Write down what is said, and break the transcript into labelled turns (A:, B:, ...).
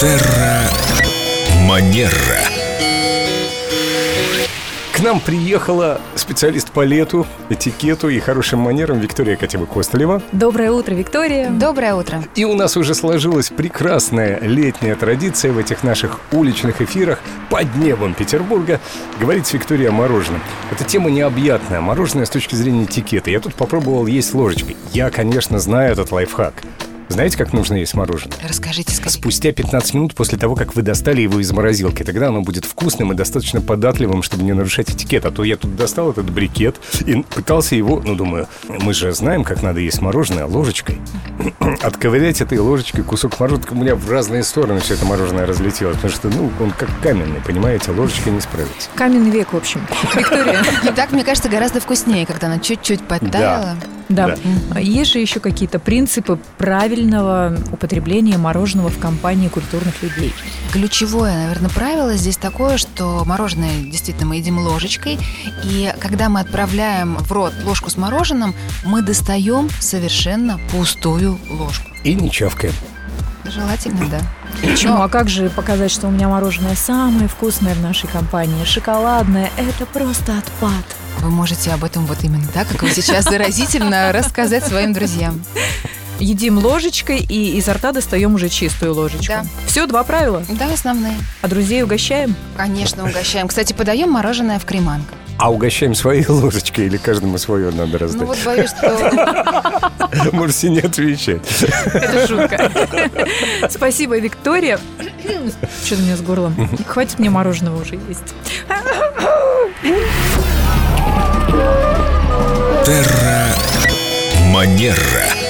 A: Терра Манера.
B: К нам приехала специалист по лету, этикету и хорошим манерам Виктория Катева-Костолева.
C: Доброе утро, Виктория.
D: Доброе утро.
B: И у нас уже сложилась прекрасная летняя традиция в этих наших уличных эфирах под небом Петербурга говорить с Викторией о мороженом. Эта тема необъятная, мороженое с точки зрения этикета. Я тут попробовал есть ложечкой. Я, конечно, знаю этот лайфхак. Знаете, как нужно есть мороженое?
D: Расскажите, скорее.
B: Спустя 15 минут после того, как вы достали его из морозилки. Тогда оно будет вкусным и достаточно податливым, чтобы не нарушать этикет. А то я тут достал этот брикет и пытался его, ну, думаю, мы же знаем, как надо есть мороженое ложечкой. Отковырять этой ложечкой кусок мороженого. У меня в разные стороны все это мороженое разлетелось, потому что, ну, он как каменный, понимаете, ложечка не справится.
C: Каменный век, в общем. Виктория.
D: И так, мне кажется, гораздо вкуснее, когда она чуть-чуть подтаяла.
C: Да.
B: Да.
C: А Есть же еще какие-то принципы правильного употребления мороженого в компании культурных людей.
D: Ключевое, наверное, правило здесь такое, что мороженое действительно мы едим ложечкой, и когда мы отправляем в рот ложку с мороженым, мы достаем совершенно пустую ложку.
B: И не чавкаем.
D: Желательно, да.
C: Почему?
D: Но-
C: А как же показать, что у меня мороженое самое вкусное в нашей компании? Шоколадное – это просто отпад.
D: Вы можете об этом вот именно так, как вы сейчас заразительно рассказать своим друзьям.
C: Едим ложечкой и изо рта достаем уже чистую ложечку.
D: Да.
C: Все, два правила.
D: Да, основные.
C: А друзей угощаем?
D: Конечно, угощаем. Кстати, подаем мороженое в креманг.
B: А угощаем своей ложечкой или каждому свое надо
D: Ну
B: раздать?
D: вот боюсь, что
B: Можете не отвечать.
C: Это шутка. Спасибо, Виктория. Что-то у меня с горлом. Хватит мне мороженого уже есть.
A: Манера.